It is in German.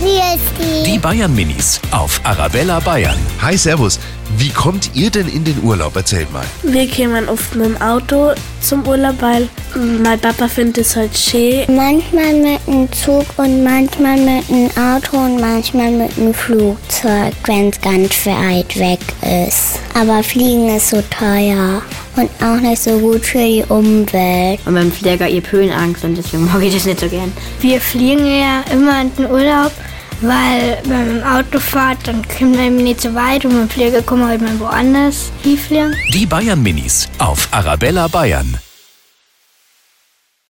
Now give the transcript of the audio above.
Christi. Die Bayern Minis auf Arabella Bayern. Hi, Servus. Wie kommt ihr denn in den Urlaub? Erzählt mal. Wir kämen oft mit dem Auto zum Urlaub, weil mein Papa findet es halt schön. Manchmal mit dem Zug und manchmal mit dem Auto und manchmal mit dem Flugzeug, wenn es ganz weit weg ist. Aber Fliegen ist so teuer und auch nicht so gut für die Umwelt. Und beim Flieger ihr Höhenangst und deswegen mag ich das nicht so gern. Wir fliegen ja immer in den Urlaub, weil wenn man im Auto fährt, dann kommt man eben nicht so weit und mit dem Flieger kommen wir halt mal woanders hinfliegen. Die Bayern Minis auf Arabella Bayern.